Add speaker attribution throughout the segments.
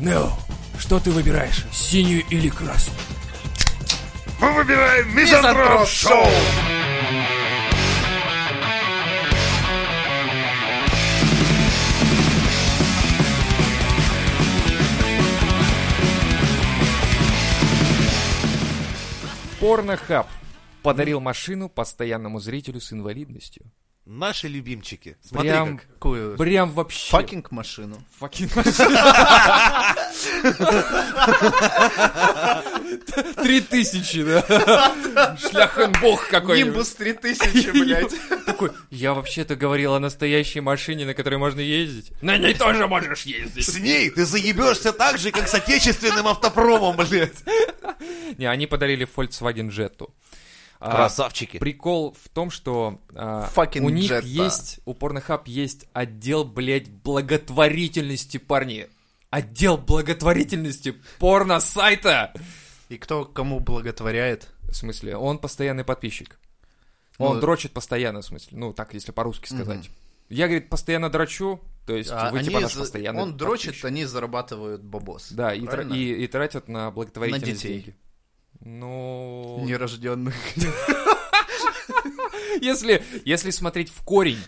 Speaker 1: Нео, что ты выбираешь, синюю или красную?
Speaker 2: Мы выбираем Мизантроп Шоу!
Speaker 3: Порнохаб подарил машину постоянному зрителю с инвалидностью.
Speaker 2: Наши любимчики. Смотри
Speaker 3: Прям,
Speaker 2: как.
Speaker 4: Какую?
Speaker 3: прям вообще.
Speaker 4: Факинг машину.
Speaker 3: Факин. Три тысячи, да? Шляхенбог какой-нибудь.
Speaker 4: Нимбус 3000, блядь.
Speaker 3: Такой, я вообще-то говорил о настоящей машине, на которой можно ездить. На ней тоже можешь ездить.
Speaker 2: С ней ты заебешься так же, как с отечественным автопромом, блядь.
Speaker 3: Не, они подарили Volkswagen Jetta. А,
Speaker 2: Красавчики.
Speaker 3: Прикол в том, что а,
Speaker 4: Fucking
Speaker 3: у них
Speaker 4: Jetta.
Speaker 3: есть, у Pornhub есть отдел, блядь, благотворительности, парни. Отдел благотворительности порно-сайта.
Speaker 4: И кто кому благотворяет?
Speaker 3: В смысле, он постоянный подписчик. Он
Speaker 4: Ну,
Speaker 3: дрочит постоянно, в смысле. Ну, так, если по-русски сказать. Я, говорит, постоянно дрочу, то есть
Speaker 4: а
Speaker 3: вы типа
Speaker 4: они
Speaker 3: наш
Speaker 4: за-
Speaker 3: постоянный
Speaker 4: он дрочит,
Speaker 3: подписчик.
Speaker 4: они зарабатывают бабос.
Speaker 3: Да, и, тра-
Speaker 4: Правильно?
Speaker 3: и- и тратят на благотворительность
Speaker 4: На детей.
Speaker 3: деньги. Ну...
Speaker 4: Нерожденных.
Speaker 3: Если, если смотреть в корень,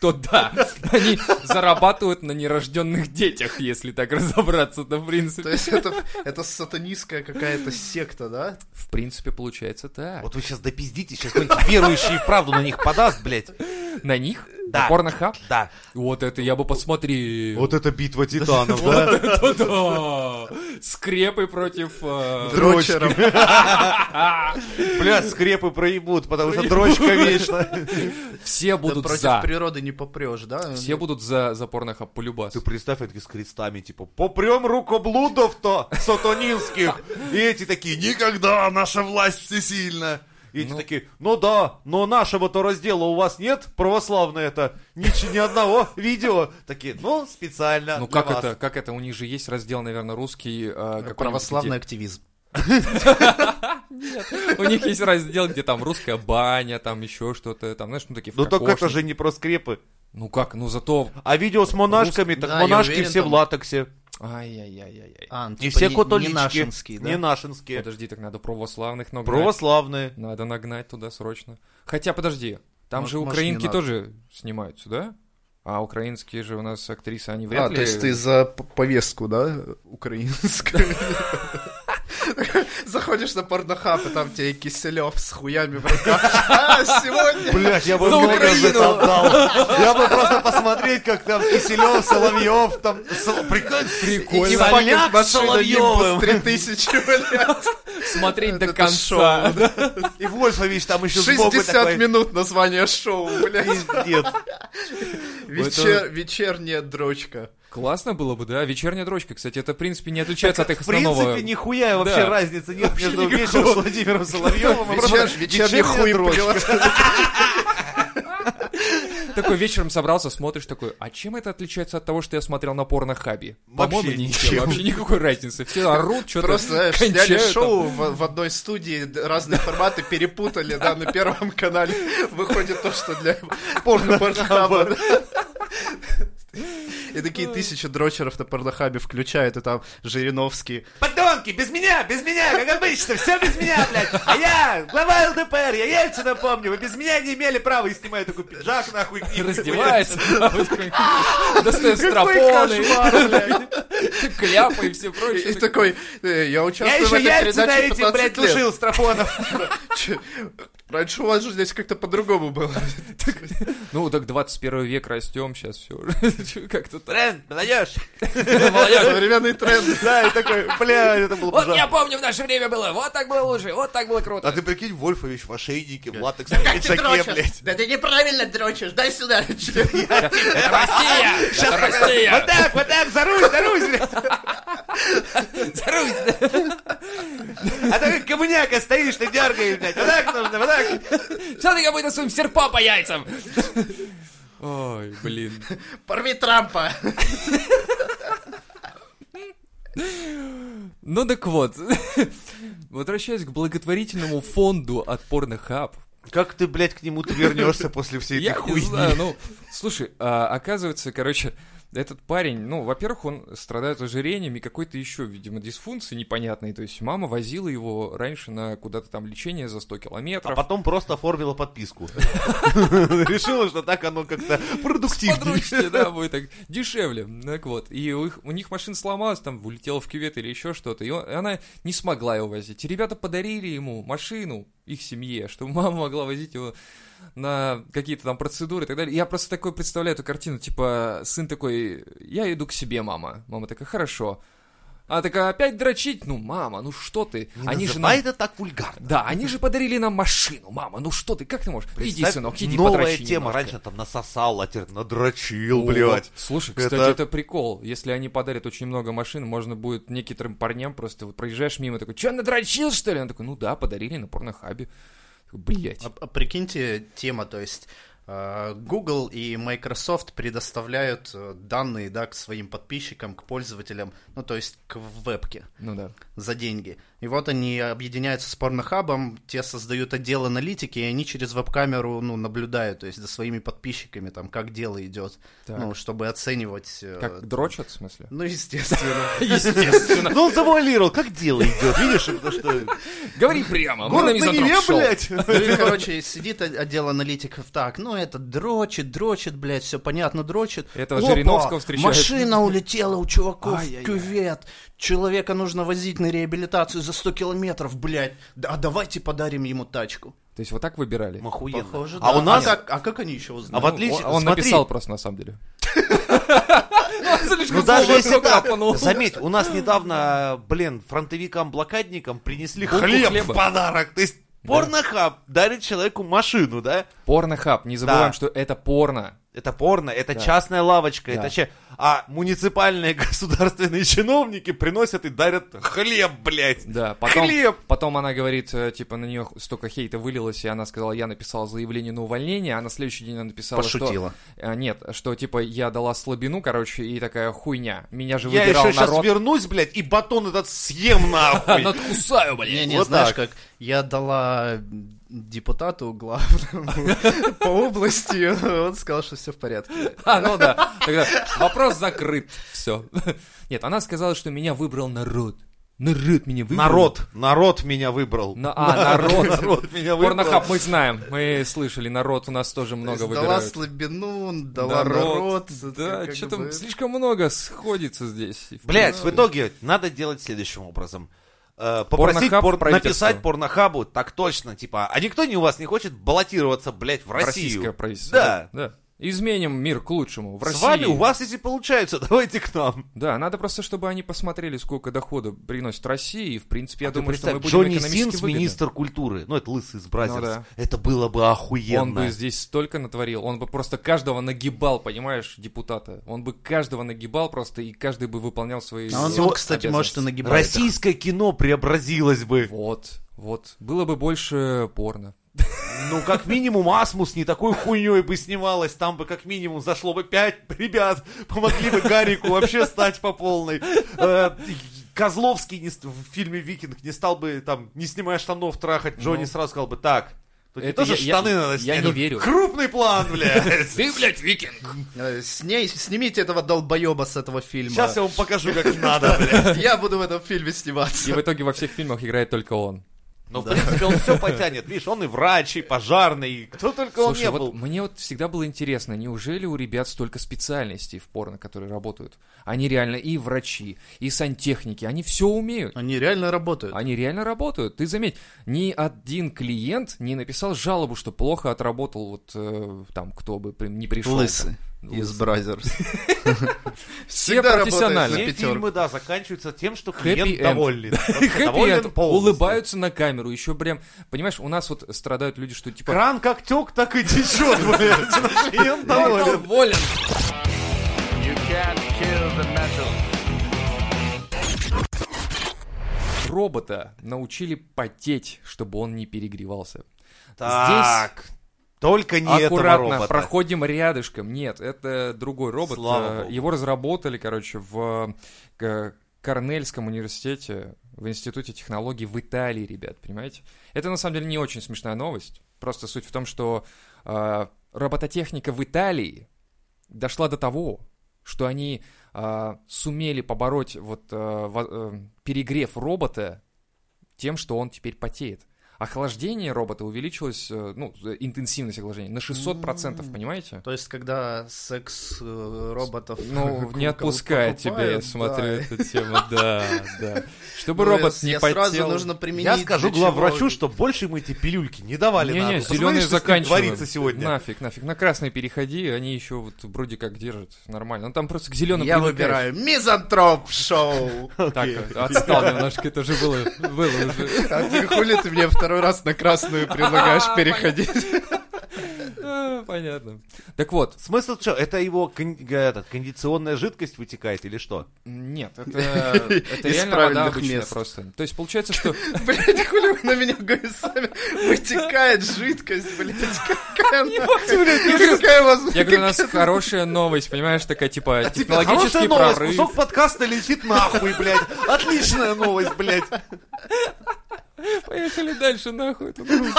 Speaker 3: то да, они зарабатывают на нерожденных детях, если так разобраться, то в
Speaker 4: То
Speaker 3: принципе.
Speaker 4: есть это, это сатанистская какая-то секта, да?
Speaker 3: В принципе, получается так.
Speaker 2: Вот вы сейчас допиздите, сейчас кто-нибудь верующий и вправду на них подаст, блядь.
Speaker 3: На них?
Speaker 2: Да.
Speaker 3: На порнохаб?
Speaker 2: Да.
Speaker 3: Вот это я бы посмотрел.
Speaker 2: это битва титанов, да?
Speaker 3: Да-да. Скрепы против... э,
Speaker 4: Дрочером.
Speaker 2: Блядь, скрепы проебут, потому что дрочка вечно.
Speaker 3: Все
Speaker 4: Да
Speaker 3: будут
Speaker 4: Против
Speaker 3: за.
Speaker 4: природы не попрешь, да?
Speaker 3: Все будут за, за порнохаб
Speaker 2: Ты
Speaker 3: полюбас.
Speaker 2: представь, они с крестами, типа, попрем рукоблудов-то сатанинских. И эти такие, никогда, наша власть всесильна. И эти
Speaker 3: Ну.
Speaker 2: такие, ну да, но нашего-то раздела у вас нет, православное это ни, ни одного видео. Такие, ну, специально
Speaker 3: Ну
Speaker 2: для
Speaker 3: как
Speaker 2: вас».
Speaker 3: это, как это, у них же есть раздел, наверное, русский... э, какой-нибудь,
Speaker 4: Православный активизм.
Speaker 3: где- У них есть раздел, где там русская баня, там еще что-то, там, знаешь, ну такие
Speaker 2: Ну так это
Speaker 3: кокошники.
Speaker 2: же не про скрепы.
Speaker 3: Ну как, ну зато...
Speaker 2: А видео с монашками, так
Speaker 4: Да, я
Speaker 2: монашки
Speaker 4: уверен,
Speaker 2: все
Speaker 4: там-
Speaker 2: в латексе.
Speaker 3: Ай-яй-яй-яй-яй.
Speaker 4: А, ну,
Speaker 2: И
Speaker 4: типа
Speaker 2: все
Speaker 4: не-
Speaker 2: католички.
Speaker 4: Не нашинский, да?
Speaker 2: Не нашинские.
Speaker 3: Подожди, так надо православных нагнать.
Speaker 2: Православные.
Speaker 3: Надо нагнать туда срочно. Хотя, подожди, там
Speaker 4: Может,
Speaker 3: же
Speaker 4: может,
Speaker 3: украинки
Speaker 4: не надо.
Speaker 3: тоже снимаются, да? А украинские же у нас актрисы, они вряд
Speaker 4: А,
Speaker 3: ли...
Speaker 4: то есть ты за п- повестку, да, украинскую? Заходишь на порнохаб, и там тебе Киселев с хуями в руках. А, сегодня...
Speaker 2: Блять, я бы
Speaker 3: За
Speaker 2: много
Speaker 3: Украину!
Speaker 2: за это отдал. Я бы просто посмотреть, как там Киселев, Соловьев, там... Сол- Прикольно.
Speaker 3: Прикольно.
Speaker 2: И
Speaker 4: Поляк
Speaker 2: Поляк
Speaker 4: машина
Speaker 2: с
Speaker 4: Нимбус
Speaker 2: Соловьевым.
Speaker 4: 3000, блядь.
Speaker 3: Смотреть до
Speaker 4: Это
Speaker 3: конца. да?
Speaker 2: И Вольфович там еще сбоку
Speaker 4: 60
Speaker 2: такой.
Speaker 4: минут название шоу, блядь.
Speaker 2: Пиздец.
Speaker 4: Вечер- Вечерняя дрочка.
Speaker 3: Классно было бы, да? Вечерняя дрочка, кстати, это, в принципе, не отличается от их
Speaker 2: В
Speaker 3: основного.
Speaker 2: принципе, нихуя вообще
Speaker 3: Да.
Speaker 2: разницы нет между вечером с Владимиром Соловьевым и
Speaker 4: Вечер-
Speaker 2: просто
Speaker 4: Вечерний хуй
Speaker 2: дрочка.
Speaker 4: прет.
Speaker 3: Такой вечером собрался, смотришь, такой, а чем это отличается от того, что я смотрел на порнохабе? По-моему,
Speaker 2: Вообще
Speaker 3: ничем,
Speaker 2: ничем.
Speaker 3: Вообще никакой разницы. Все орут, что-то
Speaker 4: Просто, знаешь, сняли
Speaker 3: кончают там.
Speaker 4: шоу в, в одной студии, д- разные форматы перепутали, да, на первом канале выходит то, что для порнохаба. И такие тысячи дрочеров на порнохабе включают, и там Жириновский.
Speaker 2: Подонки, без меня, без меня, как обычно, все без меня, блядь. А я, глава ЛДПР, я Ельцина помню, вы без меня не имели права. И снимаю такой пиджак, нахуй. и
Speaker 3: раздевается, достает
Speaker 2: Какой
Speaker 3: стропоны,
Speaker 2: кошмар, блядь.
Speaker 3: кляпы и все
Speaker 4: И
Speaker 3: прочее.
Speaker 4: такой, «Э, я
Speaker 2: Я
Speaker 4: участвую в
Speaker 2: еще
Speaker 4: этой
Speaker 2: яйца на
Speaker 4: передаче
Speaker 2: этим,
Speaker 4: 15
Speaker 2: блядь,
Speaker 4: лет.
Speaker 2: душил страфонов.
Speaker 4: Чё, Раньше у вас же здесь как-то по-другому было.
Speaker 3: Ну, так 21 век растем сейчас все. Как-то так.
Speaker 2: Тренд, молодежь.
Speaker 3: Молодежь.
Speaker 4: Современный тренд.
Speaker 2: Да, и такой, блядь, это было
Speaker 3: Вот я
Speaker 2: ужасно.
Speaker 3: помню, в наше время было. Вот так было лучше, вот так было
Speaker 2: А
Speaker 3: круто.
Speaker 2: ты прикинь, Вольфович в ошейнике, в латексном пиджаке, блядь.
Speaker 4: Да ты неправильно дрочишь, дай сюда.
Speaker 3: Это Россия! Это
Speaker 2: Вот
Speaker 3: Россия!
Speaker 2: так, вот так, за руль, за руль, блядь.
Speaker 3: За Русь!
Speaker 2: А ты как коммуняка стоишь, ты дергаешь, блядь. Вот так нужно, вот так.
Speaker 3: Что ты какой-то своим серпа по яйцам? Ой, блин.
Speaker 4: Порви Трампа.
Speaker 3: Ну так вот. Возвращаясь к благотворительному фонду от Pornhub,
Speaker 2: Как ты, блядь, к нему ты вернешься после всей
Speaker 3: Я
Speaker 2: этой
Speaker 3: не знаю,
Speaker 2: хуйни?
Speaker 3: ну, слушай, а, оказывается, короче, этот парень, ну, во-первых, он страдает ожирением и какой-то еще, видимо, дисфункцией непонятной. То есть мама возила его раньше на куда-то там лечение за 100
Speaker 2: А
Speaker 3: километров.
Speaker 2: потом просто оформила подписку. Решила, что так оно как-то продуктивнее.
Speaker 3: Подручнее, да, будет так дешевле. Так вот. И у, их- у них машина сломалась, там улетела в кювет или еще что-то. И, он- и она не смогла его возить. И ребята подарили ему машину, их семье, чтобы мама могла возить его на какие-то там процедуры и так далее. Я просто такой представляю эту картину, типа, сын такой, я иду к себе, мама. Мама такая, хорошо. Она такая, опять дрочить? Ну, мама, ну что ты?
Speaker 2: Они
Speaker 3: же
Speaker 2: называй
Speaker 3: нам-
Speaker 2: это так вульгарно.
Speaker 3: Да, они же подарили нам машину, мама, ну что ты, как ты можешь? иди,
Speaker 2: Представь,
Speaker 3: сынок, иди
Speaker 2: Новая
Speaker 3: подрочи
Speaker 2: тема.
Speaker 3: немножко».
Speaker 2: Раньше там насосал, а теперь надрочил,
Speaker 3: О,
Speaker 2: блядь.
Speaker 3: Слушай,
Speaker 2: Это-
Speaker 3: кстати, это прикол. Если они подарят очень много машин, можно будет некоторым парням просто вот проезжаешь мимо, такой, что, надрочил, что ли? Он такой, ну да, подарили на порнохабе. Блять.
Speaker 4: А- а Прикиньте, тема, то есть э, Google и Microsoft предоставляют э, данные да, к своим подписчикам, к пользователям, ну то есть к вебке
Speaker 3: Ну да.
Speaker 4: за деньги. И вот они объединяются с порнохабом, те создают отдел аналитики, и они через веб-камеру ну, наблюдают, то есть за своими подписчиками, там, как дело идет,
Speaker 3: Так.
Speaker 4: ну, чтобы оценивать... э,
Speaker 3: Как дрочат, в смысле?
Speaker 4: Ну, естественно.
Speaker 3: Естественно.
Speaker 2: Ну он завуалировал, как дело идет, видишь? потому что-
Speaker 3: Говори прямо. мы на
Speaker 2: Город на
Speaker 3: мизантроп
Speaker 2: Неве,
Speaker 3: шоу.
Speaker 2: блядь.
Speaker 4: Ну и, короче, сидит о- отдел аналитиков так, ну это дрочит, дрочит, блядь, все понятно, дрочит.
Speaker 3: Этого
Speaker 4: Опа,
Speaker 3: Жириновского встречают.
Speaker 4: Машина улетела у чуваков
Speaker 3: Ай-яй-яй.
Speaker 4: в кювет. Человека нужно возить на реабилитацию за 100 километров, блядь. Да, а давайте подарим ему тачку.
Speaker 3: То есть вот так выбирали.
Speaker 2: Охуенно.
Speaker 4: Похоже,
Speaker 2: А
Speaker 4: да.
Speaker 2: у нас...
Speaker 4: как, а как они еще узнали?
Speaker 2: А в отличие-
Speaker 3: Ну, Он он
Speaker 2: смотри.
Speaker 3: написал просто на самом деле.
Speaker 2: Ну даже если так, заметь, у нас недавно, блин, фронтовикам-блокадникам принесли
Speaker 3: Булку
Speaker 2: хлеб
Speaker 3: хлеба.
Speaker 2: в подарок. То есть порнохаб дарит человеку машину, да?
Speaker 3: Порнохаб, не забываем, что это порно.
Speaker 2: Это порно, это частная лавочка,
Speaker 3: Да.
Speaker 2: это че... А муниципальные государственные чиновники приносят и дарят хлеб, блядь.
Speaker 3: Да, потом,
Speaker 2: Хлеб!
Speaker 3: потом она говорит, э, типа, на нее столько хейта вылилось, и она сказала, я написала заявление на увольнение, а на следующий день она написала,
Speaker 4: Пошутила.
Speaker 3: что... Э, Нет, что, типа, я дала слабину, короче, и такая хуйня. Меня же
Speaker 2: Я
Speaker 3: выбирал
Speaker 2: еще сейчас
Speaker 3: народ.
Speaker 2: вернусь, блядь, и батон этот съем нахуй.
Speaker 3: Надкусаю, блин.
Speaker 4: Не, не,
Speaker 2: Вот
Speaker 4: знаешь как,
Speaker 2: так.
Speaker 4: я дала депутату главному по области, он сказал, что все в порядке.
Speaker 3: А, ну да. Тогда вопрос закрыт. Все. Нет, она сказала, что меня выбрал народ. Народ меня выбрал.
Speaker 2: Народ, народ меня выбрал.
Speaker 3: На- а, народ.
Speaker 2: Народ меня выбрал.
Speaker 3: Порнохаб мы знаем. Мы слышали, народ у нас тоже много
Speaker 4: Дала
Speaker 3: выбирают.
Speaker 4: слабину, дала народ. это
Speaker 3: Да,
Speaker 4: как
Speaker 3: что-то
Speaker 4: бы-
Speaker 3: слишком много сходится здесь. И в
Speaker 2: Блять, в
Speaker 3: принципе-
Speaker 2: итоге надо делать следующим образом. Э, Попросить
Speaker 3: Порнохаб
Speaker 2: пор-
Speaker 3: в правительство.
Speaker 2: написать порнохабу, так точно, типа, а никто не у вас не хочет баллотироваться, блять, в
Speaker 3: Российское
Speaker 2: Россию.
Speaker 3: правительство.
Speaker 2: Да.
Speaker 3: да. Изменим мир к лучшему. В
Speaker 2: С
Speaker 3: России.
Speaker 2: вами у вас, если получается, давайте к нам.
Speaker 3: Да, надо просто, чтобы они посмотрели, сколько дохода приносит России. И, в принципе, я
Speaker 2: А Ты
Speaker 3: думаю, что мы
Speaker 2: представь,
Speaker 3: будем
Speaker 2: Джонни
Speaker 3: экономически
Speaker 2: Синс,
Speaker 3: выгодны.
Speaker 2: министр культуры. Ну, это лысый из Бразерс.
Speaker 3: Ну да.
Speaker 2: Это было бы охуенно.
Speaker 3: Он бы здесь столько натворил, он бы просто каждого нагибал, понимаешь, депутата. Он бы каждого нагибал просто, и каждый бы выполнял свои
Speaker 4: А он,
Speaker 3: э,
Speaker 4: он, кстати, может
Speaker 3: обязанности.
Speaker 4: и нагибать.
Speaker 2: Российское кино преобразилось бы.
Speaker 3: Вот, вот. Было бы больше порно.
Speaker 2: Ну, как минимум, Асмус не такой хуйней бы снималась. Там бы как минимум зашло бы пять ребят. Помогли бы Гарику вообще стать по полной. Э, Козловский не ст- в фильме «Викинг» не стал бы, там, не снимая штанов, трахать. Джонни
Speaker 3: Ну.
Speaker 2: сразу сказал бы, так, тут не
Speaker 3: Это
Speaker 2: тоже
Speaker 3: я- я-
Speaker 2: штаны надо
Speaker 3: я
Speaker 2: снять.
Speaker 3: не верю.
Speaker 2: Крупный план, блядь.
Speaker 3: Ты, блядь, викинг!
Speaker 4: Э, сни- снимите этого долбоеба с этого фильма.
Speaker 2: Сейчас я вам покажу, как надо, блядь.
Speaker 4: Я буду в этом фильме
Speaker 3: И
Speaker 4: сниматься.
Speaker 3: в итоге во всех фильмах играет только он.
Speaker 2: Но, в принципе, он все потянет. Видишь, он и врач, и пожарный, и кто только он
Speaker 3: Слушай,
Speaker 2: не
Speaker 3: вот
Speaker 2: был.
Speaker 3: мне вот всегда было интересно, неужели у ребят столько специальностей в порно, которые работают? Они реально и врачи, и сантехники, они все умеют.
Speaker 4: Они реально работают.
Speaker 3: Они реально работают. Ты заметь, ни один клиент не написал жалобу, что плохо отработал вот э, там кто бы при- не пришел.
Speaker 4: Лысы
Speaker 3: там.
Speaker 4: из
Speaker 3: Лысы.
Speaker 4: Бразерс.
Speaker 3: Все профессионально.
Speaker 2: Все
Speaker 4: на пятерку.
Speaker 2: фильмы, да, заканчиваются тем, что
Speaker 3: Happy
Speaker 2: клиент
Speaker 3: end.
Speaker 2: доволен. Просто доволен
Speaker 3: Хэппи-энд,
Speaker 2: полностью.
Speaker 3: улыбаются на камеру, еще прям, понимаешь, у нас вот страдают люди, что типа...
Speaker 2: Кран как тек, так и течет, блядь.
Speaker 3: Ну,
Speaker 2: Наш клиент
Speaker 3: «Я
Speaker 2: доволен.
Speaker 3: доволен. Робота научили потеть, чтобы он не перегревался.
Speaker 2: Так, только не этого
Speaker 3: Аккуратно,
Speaker 2: робота.
Speaker 3: проходим рядышком. Нет, это другой робот.
Speaker 2: Слава
Speaker 3: Э,
Speaker 2: богу.
Speaker 3: Его разработали, короче, в э, К- Корнельском университете, в Институте технологий в Италии, ребят, понимаете? Это, на самом деле, не очень смешная новость. Просто суть в том, что э, робототехника в Италии дошла до того, что они а, сумели побороть вот а, во- э, перегрев робота тем, что он теперь потеет. Охлаждение робота увеличилось, э, ну, э, интенсивность охлаждения на 600%, понимаете?
Speaker 4: То есть, когда секс э, роботов...
Speaker 3: Ну, не отпускает тебя, я смотрю, эту тему, да, да. Чтобы
Speaker 2: Ну,
Speaker 3: робот
Speaker 4: Робот
Speaker 3: не
Speaker 4: сразу
Speaker 3: потел.
Speaker 4: нужно применить...
Speaker 2: Я скажу
Speaker 4: для чего-
Speaker 2: главврачу, что больше мы эти пилюльки не давали
Speaker 3: Не-не,
Speaker 2: надо. Посмотри,
Speaker 3: зеленые
Speaker 2: что с ним
Speaker 3: заканчивают.
Speaker 2: творится сегодня.
Speaker 3: Нафиг, нафиг. На красный переходи, они еще вот вроде как держат нормально. Ну там просто к зеленым
Speaker 4: Я выбираю мизантроп шоу.
Speaker 3: Так, отстал немножко, это уже было, было уже.
Speaker 4: А ты хули ты мне второй раз на красную предлагаешь переходить?
Speaker 3: А, Понятно. Так вот,
Speaker 2: Смысл что? Это его кон- э, этот, кондиционная жидкость вытекает или что?
Speaker 3: нет, это, это
Speaker 4: Из
Speaker 3: реально вода
Speaker 4: правильных
Speaker 3: обычная
Speaker 4: мест.
Speaker 3: просто. То есть получается, что
Speaker 4: Блять, хули вы на меня сами? Вытекает жидкость, блять, какая она? Какая возможность?
Speaker 3: я говорю, у нас хорошая новость, понимаешь, такая типа
Speaker 2: А Хорошая
Speaker 3: технологический
Speaker 2: новость,
Speaker 3: прорыв.
Speaker 2: кусок подкаста летит нахуй, блядь. Отличная новость, блядь.
Speaker 3: Поехали дальше, нахуй. эту
Speaker 2: Ну,
Speaker 3: новость.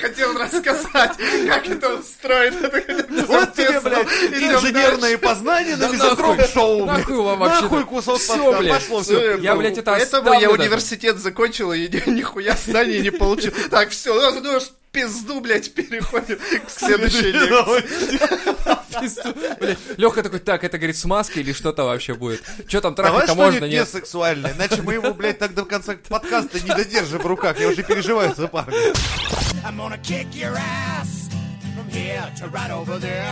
Speaker 4: Хотел рассказать, как это устроено.
Speaker 2: Вот тебе, блядь,
Speaker 4: Идём
Speaker 2: инженерные познания на
Speaker 3: Да
Speaker 2: мизотроп-шоу, блядь.
Speaker 3: Нахуй вам вообще.
Speaker 2: Нахуй кусок
Speaker 3: Всё,
Speaker 2: подкаста.
Speaker 3: блядь,
Speaker 2: Пошло
Speaker 3: всё.
Speaker 2: все.
Speaker 3: Я, блядь, это
Speaker 4: Поэтому «Э, ну, я
Speaker 3: оставлю даже.
Speaker 4: университет закончил, и ни- нихуя знаний не получил. Так, все, ну ж пизду, блядь, переходим к следующей лекции.
Speaker 3: Леха такой, так, это, говорит, с маской или что-то вообще будет? Че там
Speaker 2: Давай
Speaker 3: трахать-то можно,
Speaker 2: что-нибудь
Speaker 3: нет?
Speaker 2: несексуальное, иначе мы ему, блядь, так до конца подкаста не додержим в руках. Я уже переживаю за парня.
Speaker 5: I'm gonna kick your ass from here to right over there.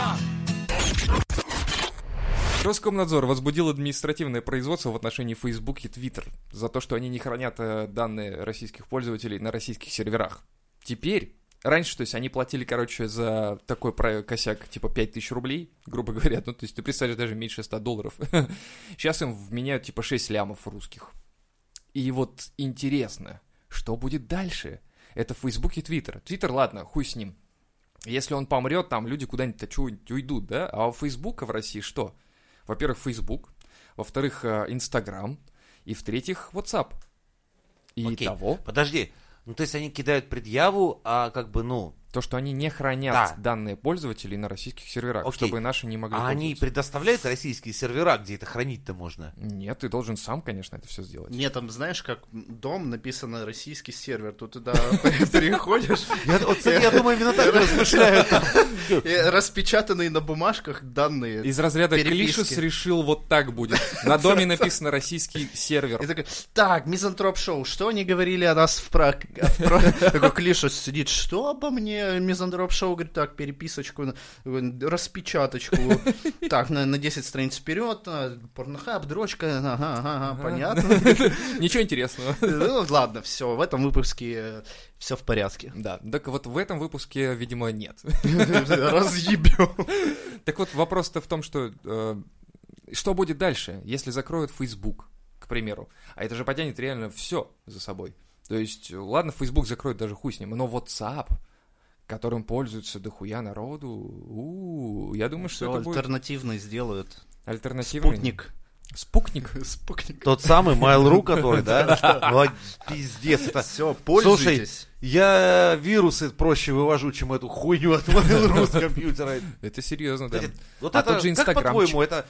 Speaker 3: Роскомнадзор возбудил административное производство в отношении Facebook и Twitter за то, что они не хранят э, данные российских пользователей на российских серверах. Теперь, раньше, то есть они платили, короче, за такой про- косяк типа 5000 рублей, грубо говоря, ну то есть ты представляешь, даже меньше 100 долларов. Сейчас им вменяют типа 6 лямов русских. И вот интересно, что будет дальше? Это Facebook и Twitter. Twitter, ладно, хуй с ним. Если он помрет, там люди куда-нибудь чего-нибудь уйдут, да? А у Фейсбука в России что? Во-первых, Facebook, во-вторых, э, Instagram, и в-третьих, WhatsApp. И
Speaker 2: Окей.
Speaker 3: того,
Speaker 2: Подожди. Ну, то есть они кидают предъяву, а как бы, ну,
Speaker 3: то, что они не хранят
Speaker 2: Да.
Speaker 3: данные пользователей на российских серверах,
Speaker 2: Окей.
Speaker 3: чтобы наши не могли
Speaker 2: а они
Speaker 3: пользоваться.
Speaker 2: предоставляют российские сервера, где это хранить-то можно?
Speaker 3: Нет, ты должен сам, конечно, это все сделать.
Speaker 4: Нет, там, знаешь, как дом написано российский сервер, тут туда переходишь,
Speaker 2: Я, вот, кстати, я думаю, именно так размышляют.
Speaker 4: и распечатанные на бумажках данные.
Speaker 3: Э, Из разряда
Speaker 4: переписки.
Speaker 3: Клишес решил вот так будет. На доме написано российский сервер.
Speaker 4: И такой, так, мизантроп шоу, что они говорили о нас в про... в про-» Такой Клиша сидит, что обо мне? Мизантроп шоу говорит, так, переписочку, э, распечаточку. Так, на, на 10 страниц вперед, э, порнохаб, дрочка, ага, ага, ага, понятно.
Speaker 3: Ничего интересного.
Speaker 4: Ну, ладно, все, в этом выпуске все в порядке.
Speaker 3: Да, так вот в этом выпуске, видимо, нет.
Speaker 4: Разъебем.
Speaker 3: Так вот, вопрос-то в том, что э, что будет дальше, если закроют Facebook, к примеру? А это же потянет реально все за собой. То есть, э, ладно, Facebook закроет даже хуй с ним, но WhatsApp, которым пользуются дохуя народу, у-у, я думаю, что
Speaker 4: Всё,
Speaker 3: это будет
Speaker 4: альтернативный сделают.
Speaker 3: альтернативный.
Speaker 4: Спутник.
Speaker 3: Спутник.
Speaker 4: Спутник.
Speaker 2: Тот самый Mail.ru, который, да? Ну, а пиздец, это...
Speaker 4: Все,
Speaker 2: Слушай,
Speaker 4: пользуйтесь.
Speaker 2: я вирусы проще вывожу, чем эту хуйню от Mail.ru с компьютера.
Speaker 3: Это серьезно, да.
Speaker 2: Кстати, Вот
Speaker 3: А
Speaker 2: это,
Speaker 3: тот же
Speaker 2: как
Speaker 3: Инстаграмчик.
Speaker 2: по-твоему, это,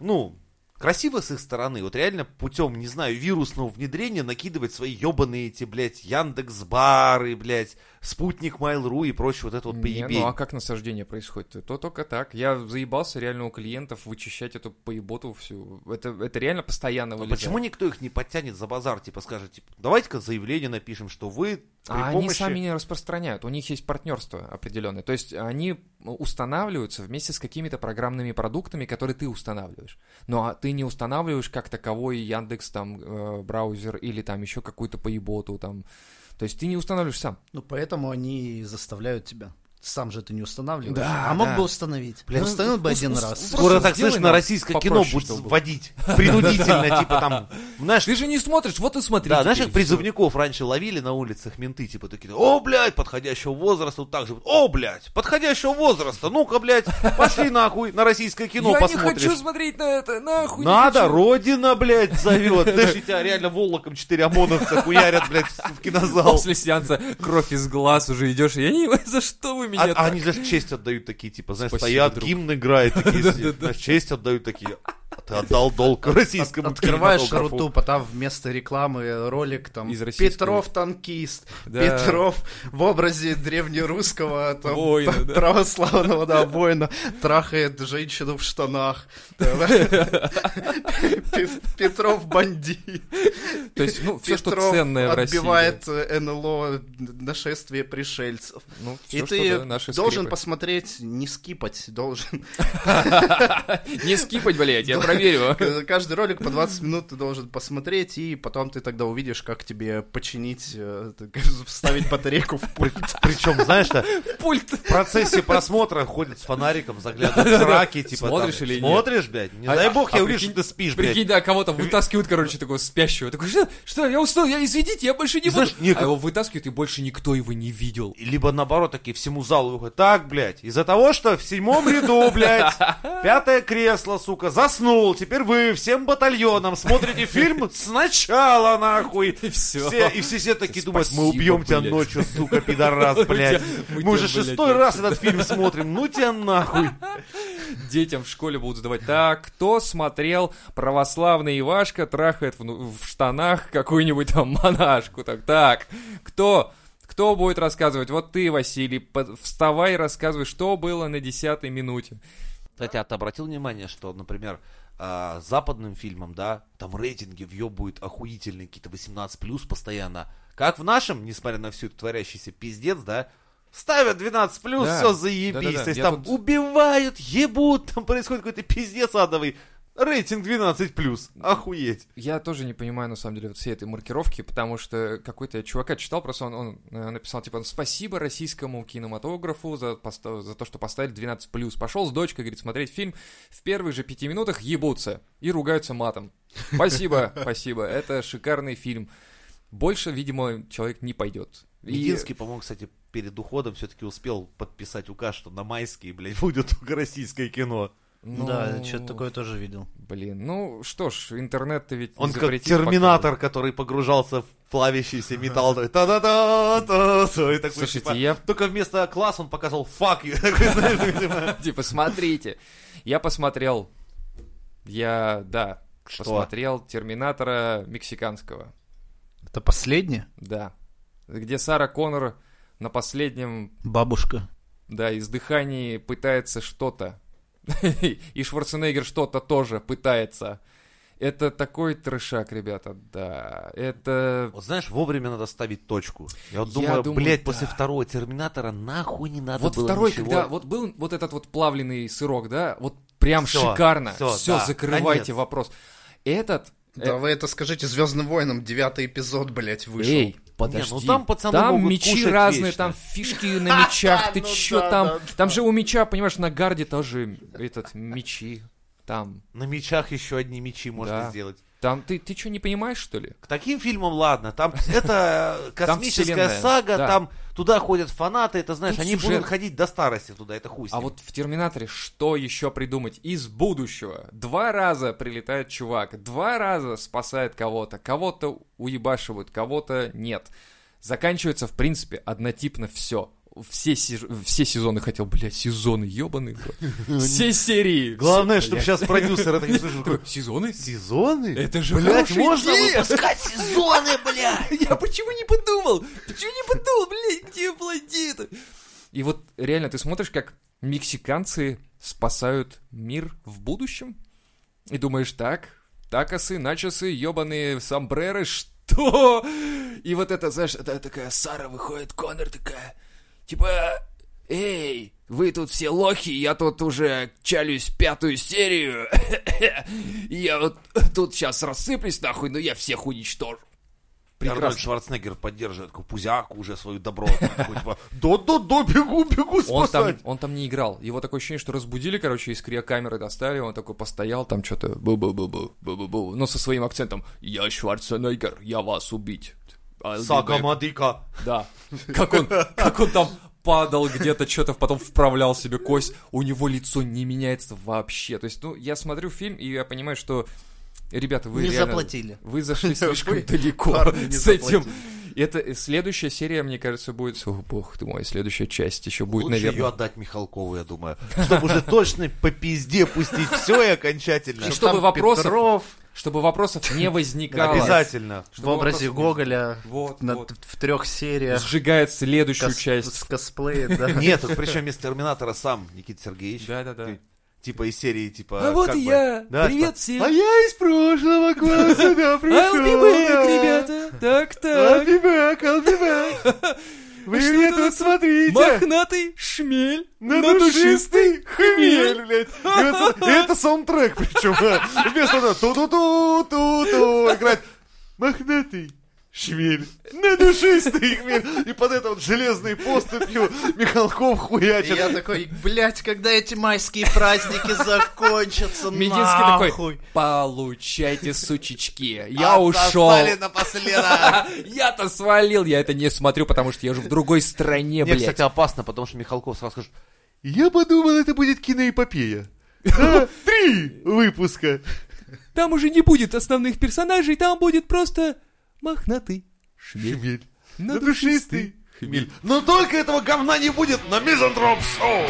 Speaker 2: ну, красиво с их стороны, вот реально путем, не знаю, вирусного внедрения накидывать свои ебаные эти, блядь, Яндекс.Бары, блядь, Спутник Mail.ru и прочее вот это вот
Speaker 3: Не,
Speaker 2: поебень.
Speaker 3: ну а как насаждение происходит? То только так. Я заебался реально у клиентов вычищать эту поеботу всю. Это, это реально постоянно
Speaker 2: Ну,
Speaker 3: вылезает.
Speaker 2: Почему никто их не подтянет за базар, типа скажет, типа, давайте-ка заявление напишем, что вы при
Speaker 3: А они
Speaker 2: помощи...
Speaker 3: сами не распространяют, у них есть партнерство определенное. То есть они устанавливаются вместе с какими-то программными продуктами, которые ты устанавливаешь. Но а ты не устанавливаешь как таковой Яндекс там э, браузер или там еще какую-то поеботу там. То есть ты не устанавливаешь сам.
Speaker 4: Ну, поэтому они и заставляют тебя. Сам же ты не устанавливаешь.
Speaker 3: Да,
Speaker 4: а мог
Speaker 3: да.
Speaker 4: бы установить.
Speaker 2: Бля,
Speaker 4: Ну, установил бы
Speaker 3: ус-
Speaker 4: один
Speaker 3: ус-
Speaker 4: раз.
Speaker 3: ус-
Speaker 2: Скоро
Speaker 3: Просто
Speaker 2: так
Speaker 3: сделай
Speaker 2: слышно,
Speaker 3: нам
Speaker 2: российское кино
Speaker 3: попроще,
Speaker 2: будет
Speaker 3: чтобы.
Speaker 2: вводить принудительно, типа там Знаешь,
Speaker 3: Ты же не смотришь, вот и смотри.
Speaker 2: да, знаешь,
Speaker 3: теперь,
Speaker 2: как
Speaker 3: и всё.
Speaker 2: призывников раньше ловили на улицах менты, типа такие, о, блядь, подходящего возраста, вот так же, о, блядь, подходящего возраста, ну-ка, блядь, пошли нахуй на российское кино
Speaker 3: Я не
Speaker 2: ну, посмотришь.
Speaker 3: хочу смотреть на это, нахуй. не
Speaker 2: Надо,
Speaker 3: хочу.
Speaker 2: родина, блядь, зовет. Знаешь, и тебя реально волоком четыре ОМОНовца хуярят, блядь, в кинозал.
Speaker 3: После сеанса кровь из глаз уже идешь. Я не за что вы меня
Speaker 2: А, а
Speaker 3: так?
Speaker 2: они даже честь отдают такие, типа, знаешь,
Speaker 3: Спасибо,
Speaker 2: стоят,
Speaker 3: друг.
Speaker 2: гимн играет, такие,
Speaker 3: Да-да-да.
Speaker 2: знаешь, честь отдают такие. «А Ты отдал долг российскому
Speaker 4: Открываешь
Speaker 2: кинематографу».
Speaker 4: Рутуб, а там вместо рекламы ролик там
Speaker 3: Из российского.
Speaker 4: Петров танкист,
Speaker 3: Да.
Speaker 4: Петров в образе древнерусского там,
Speaker 3: Воина,
Speaker 4: п-
Speaker 3: да.
Speaker 4: православного да, воина трахает женщину в штанах. Пе- Петров бандит.
Speaker 3: То есть, ну, все, что
Speaker 4: Петров
Speaker 3: ценное в России.
Speaker 4: отбивает э, НЛО нашествие пришельцев.
Speaker 3: Ну,
Speaker 4: И
Speaker 3: всё, что,
Speaker 4: ты
Speaker 3: да, наши
Speaker 4: должен
Speaker 3: скрипы.
Speaker 4: посмотреть, не скипать, должен.
Speaker 3: Не скипать, блядь, я проверю.
Speaker 4: К- Каждый ролик по 20 минут ты должен посмотреть, и потом ты тогда увидишь, как тебе починить, э, так, вставить батарейку в пульт.
Speaker 2: Причем, знаешь, что
Speaker 3: Пульт.
Speaker 2: в процессе просмотра ходят с фонариком, заглядывают в сраки, типа,
Speaker 3: Смотришь
Speaker 2: там,
Speaker 3: или нет?
Speaker 2: Смотришь, блядь? Не
Speaker 3: А-
Speaker 2: дай бог,
Speaker 3: а
Speaker 2: я увижу,
Speaker 3: прикинь-
Speaker 2: что ты спишь, блядь.
Speaker 3: Прикинь, да, кого-то вытаскивают, короче, такого спящего. Такой, что, что, я уснул, я извините, я больше не буду.
Speaker 2: Знаешь, не-
Speaker 3: А его вытаскивают, и больше никто его не видел.
Speaker 2: Либо наоборот, такие всему залу выходят. Так, блядь, из-за того, что в седьмом ряду, блядь, пятое кресло, сука, заснул. Теперь вы всем батальоном смотрите фильм сначала, нахуй.
Speaker 3: И всё.
Speaker 2: Все, и все, все такие думают, мы
Speaker 3: Спасибо,
Speaker 2: убьем тебя
Speaker 3: блядь.
Speaker 2: ночью, сука, пидорас, блядь.
Speaker 3: тебя- мы
Speaker 2: Мы уже
Speaker 3: тебя, блядь,
Speaker 2: шестой раз этот фильм смотрим. Ну тебя нахуй.
Speaker 3: Детям в школе будут задавать. Так, кто смотрел православный Ивашка трахает в, ну- в штанах какую-нибудь там монашку? Так, так, кто? Кто будет рассказывать? Вот ты, Василий, по- вставай и рассказывай, что было на десятой минуте.
Speaker 2: Кстати, а ты обратил внимание, что, например, а, западным фильмам, да, там рейтинги въебывают охуительные, какие-то 18 плюс постоянно. Как в нашем, несмотря на всю эту творящийся пиздец, да, ставят 12 плюс,
Speaker 3: Да.
Speaker 2: все заебись.
Speaker 3: Да-да-да.
Speaker 2: То есть
Speaker 3: Я
Speaker 2: там
Speaker 3: тут-
Speaker 2: убивают, ебут, там происходит какой-то пиздец адовый. Рейтинг 12 плюс. Охуеть.
Speaker 3: Я тоже не понимаю, на самом деле, вот всей этой маркировки, потому что какой-то я чувака читал, просто он, он, э, написал, типа, спасибо российскому кинематографу за, поста- за то, что поставили 12+. Пошел с дочкой, говорит, смотреть фильм, в первых же пяти минутах ебутся и ругаются матом. Спасибо, спасибо, это шикарный фильм. Больше, видимо, человек не пойдет. И-
Speaker 2: Единский, по-моему, кстати, перед уходом все-таки успел подписать указ, что на майские, блядь, будет только российское кино.
Speaker 3: ну,
Speaker 4: тоже видел.
Speaker 3: Блин, ну что ж, интернет-то ведь не
Speaker 2: Он как
Speaker 3: запретит пока.
Speaker 2: терминатор, который погружался в плавящийся металл. такой, «Та-да-да, та-та», и такой,
Speaker 3: Слушайте,
Speaker 2: типа,
Speaker 3: я-
Speaker 2: Только вместо класс он показал «фак you», такой, знаешь, видимо.
Speaker 3: Типа, смотрите. Я посмотрел. Я, да,
Speaker 2: Что?
Speaker 3: посмотрел Терминатора мексиканского.
Speaker 4: Это последнее?
Speaker 3: Да. Где Сара Коннор на последнем,
Speaker 4: Бабушка.
Speaker 3: да, издыхании пытается что-то. И Шварценеггер что-то тоже пытается. Это такой трешак, ребята, да. Это...
Speaker 2: Вот знаешь, вовремя надо ставить точку. Я вот
Speaker 3: Я
Speaker 2: думаю,
Speaker 3: думаю,
Speaker 2: блядь,
Speaker 3: да.
Speaker 2: после второго терминатора нахуй не надо
Speaker 3: Вот
Speaker 2: было
Speaker 3: второй,
Speaker 2: ничего.
Speaker 3: когда вот был вот этот вот плавленый сырок, да, вот прям
Speaker 2: Всё,
Speaker 3: шикарно.
Speaker 2: всё,
Speaker 3: Все,
Speaker 2: да,
Speaker 3: закрывайте
Speaker 2: конец.
Speaker 3: вопрос. Этот... э,
Speaker 4: Да вы это скажите Звездным войнам, девятый эпизод, блядь, вышел.
Speaker 3: Эй,
Speaker 2: подожди.
Speaker 3: подожди.
Speaker 2: там пацаны
Speaker 3: Там
Speaker 2: могут
Speaker 3: мечи
Speaker 2: кушать
Speaker 3: разные,
Speaker 2: вечно.
Speaker 3: там фишки на мечах, ты
Speaker 4: Ну
Speaker 3: чё
Speaker 4: да,
Speaker 3: там?
Speaker 4: да,
Speaker 3: Там же у меча, понимаешь, на гарде тоже этот мечи. Там,
Speaker 2: На мечах еще одни мечи можно
Speaker 3: Да.
Speaker 2: сделать.
Speaker 3: там ты, ты что, не понимаешь, что ли?
Speaker 2: К таким фильмам ладно, там это космическая
Speaker 3: вселенная,
Speaker 2: сага,
Speaker 3: да.
Speaker 2: там туда ходят фанаты, это знаешь,
Speaker 3: Тут
Speaker 2: они
Speaker 3: сюжет.
Speaker 2: будут ходить до старости туда, это хуй. с
Speaker 3: А
Speaker 2: ним.
Speaker 3: вот в Терминаторе что еще придумать из будущего? Два раза прилетает чувак, два раза спасает кого-то, кого-то уебашивают, кого-то нет. Заканчивается, в принципе, однотипно все. Все, сез- все сезоны хотел, блядь, сезоны, ебаный. Все серии.
Speaker 2: Главное,
Speaker 3: Всё,
Speaker 2: чтобы
Speaker 3: блядь.
Speaker 2: сейчас продюсер это не слышал. такой,
Speaker 3: Такой, Сезоны?
Speaker 2: Сезоны?
Speaker 3: Это же
Speaker 2: Блять,
Speaker 3: хорошая
Speaker 2: можно
Speaker 3: идея!»
Speaker 2: выпускать сезоны, блядь!
Speaker 3: Я почему не подумал? Почему не подумал, блядь, где плодит? И вот реально ты смотришь, как мексиканцы спасают мир в будущем, и думаешь, так, а такосы, начосы, ебаные сомбреры, что? И вот это, знаешь, это такая Сара выходит, Коннор такая, типа, эй, вы тут все лохи, я тут уже чалюсь пятую серию, я вот тут сейчас рассыплюсь нахуй, но я всех уничтожу.
Speaker 2: Арнольд
Speaker 4: прекрасно.
Speaker 2: Шварценеггер поддерживает такую пузяку уже свою добро. Такой, типа, Да-да-да, бегу, бегу
Speaker 3: Он там,
Speaker 2: спасать.
Speaker 3: он там не играл. Его такое ощущение, что разбудили, короче, из криокамеры достали, он такой постоял, там что-то бу-бу-бу-бу, бу-бу-бу, но со своим акцентом «Я Шварценеггер, я вас убить». I'll be
Speaker 2: Сага
Speaker 3: back».
Speaker 2: Мадыка.
Speaker 3: Да. Как он, как он там падал где-то, что-то потом вправлял себе кость, у него лицо не меняется вообще. То есть, ну, я смотрю фильм, и я понимаю, что, ребята, вы
Speaker 4: Не
Speaker 3: реально-
Speaker 4: заплатили.
Speaker 3: Вы зашли слишком
Speaker 4: Вы,
Speaker 3: далеко
Speaker 4: парни, не
Speaker 3: с этим.
Speaker 4: заплатили.
Speaker 3: Это э, следующая серия, мне кажется, будет... О, бог ты мой, следующая часть еще будет,
Speaker 2: Лучше ее
Speaker 3: наверное...
Speaker 2: отдать Михалкову, я думаю. Чтобы уже точно по пизде пустить все и окончательно.
Speaker 3: И чтобы
Speaker 4: Там
Speaker 3: вопросов
Speaker 4: Петров
Speaker 3: Чтобы вопросов не возникало.
Speaker 2: Обязательно.
Speaker 4: в образе Гоголя
Speaker 3: Вот,
Speaker 4: на-
Speaker 3: вот.
Speaker 4: в трех сериях
Speaker 3: Сжигает следующую
Speaker 4: кос- с
Speaker 3: часть.
Speaker 4: косплея, да.
Speaker 2: Нет, причем вместо Терминатора сам Никита Сергеевич.
Speaker 3: Да-да-да.
Speaker 2: Типа из серии, типа...
Speaker 3: А вот
Speaker 2: как
Speaker 3: и
Speaker 2: бы-
Speaker 3: я.
Speaker 2: Да,
Speaker 3: Привет
Speaker 2: типа,
Speaker 3: всем.
Speaker 2: А я из прошлого класса, да, пришел.
Speaker 3: I'll be back, ребята. Так-так.
Speaker 2: I'll be back, I'll be back. Вы
Speaker 3: Что
Speaker 2: меня
Speaker 3: это
Speaker 2: тут
Speaker 3: за-
Speaker 2: смотрите.
Speaker 3: Мохнатый шмель
Speaker 2: На
Speaker 3: на
Speaker 2: душистый хмель,
Speaker 3: хмель.
Speaker 2: блядь. И вот см- и это саундтрек, причем, да. Вместо того, ту-ту-ту-ту-ту, играет мохнатый шмель, на душистый хмель. И под это вот железной поступью Михалков
Speaker 4: И я
Speaker 2: хуячит.
Speaker 4: такой, блядь, когда эти майские праздники закончатся,
Speaker 3: Мединский такой,
Speaker 4: нахуй.
Speaker 3: получайте, сучечки, я ушел.
Speaker 2: Отсосали напоследок.
Speaker 3: Я-то свалил, я это не смотрю, потому что я же в другой стране,
Speaker 2: Мне,
Speaker 3: блядь.
Speaker 2: кстати, а опасно, потому что Михалков сразу скажет, я подумал, это будет киноэпопея. Да, Три выпуска.
Speaker 3: Там уже не будет основных персонажей, там будет просто мохнатый шмель.
Speaker 2: Хмель.
Speaker 3: на
Speaker 2: На душистый хмель. Но только этого говна не будет на Мизантроп Шоу.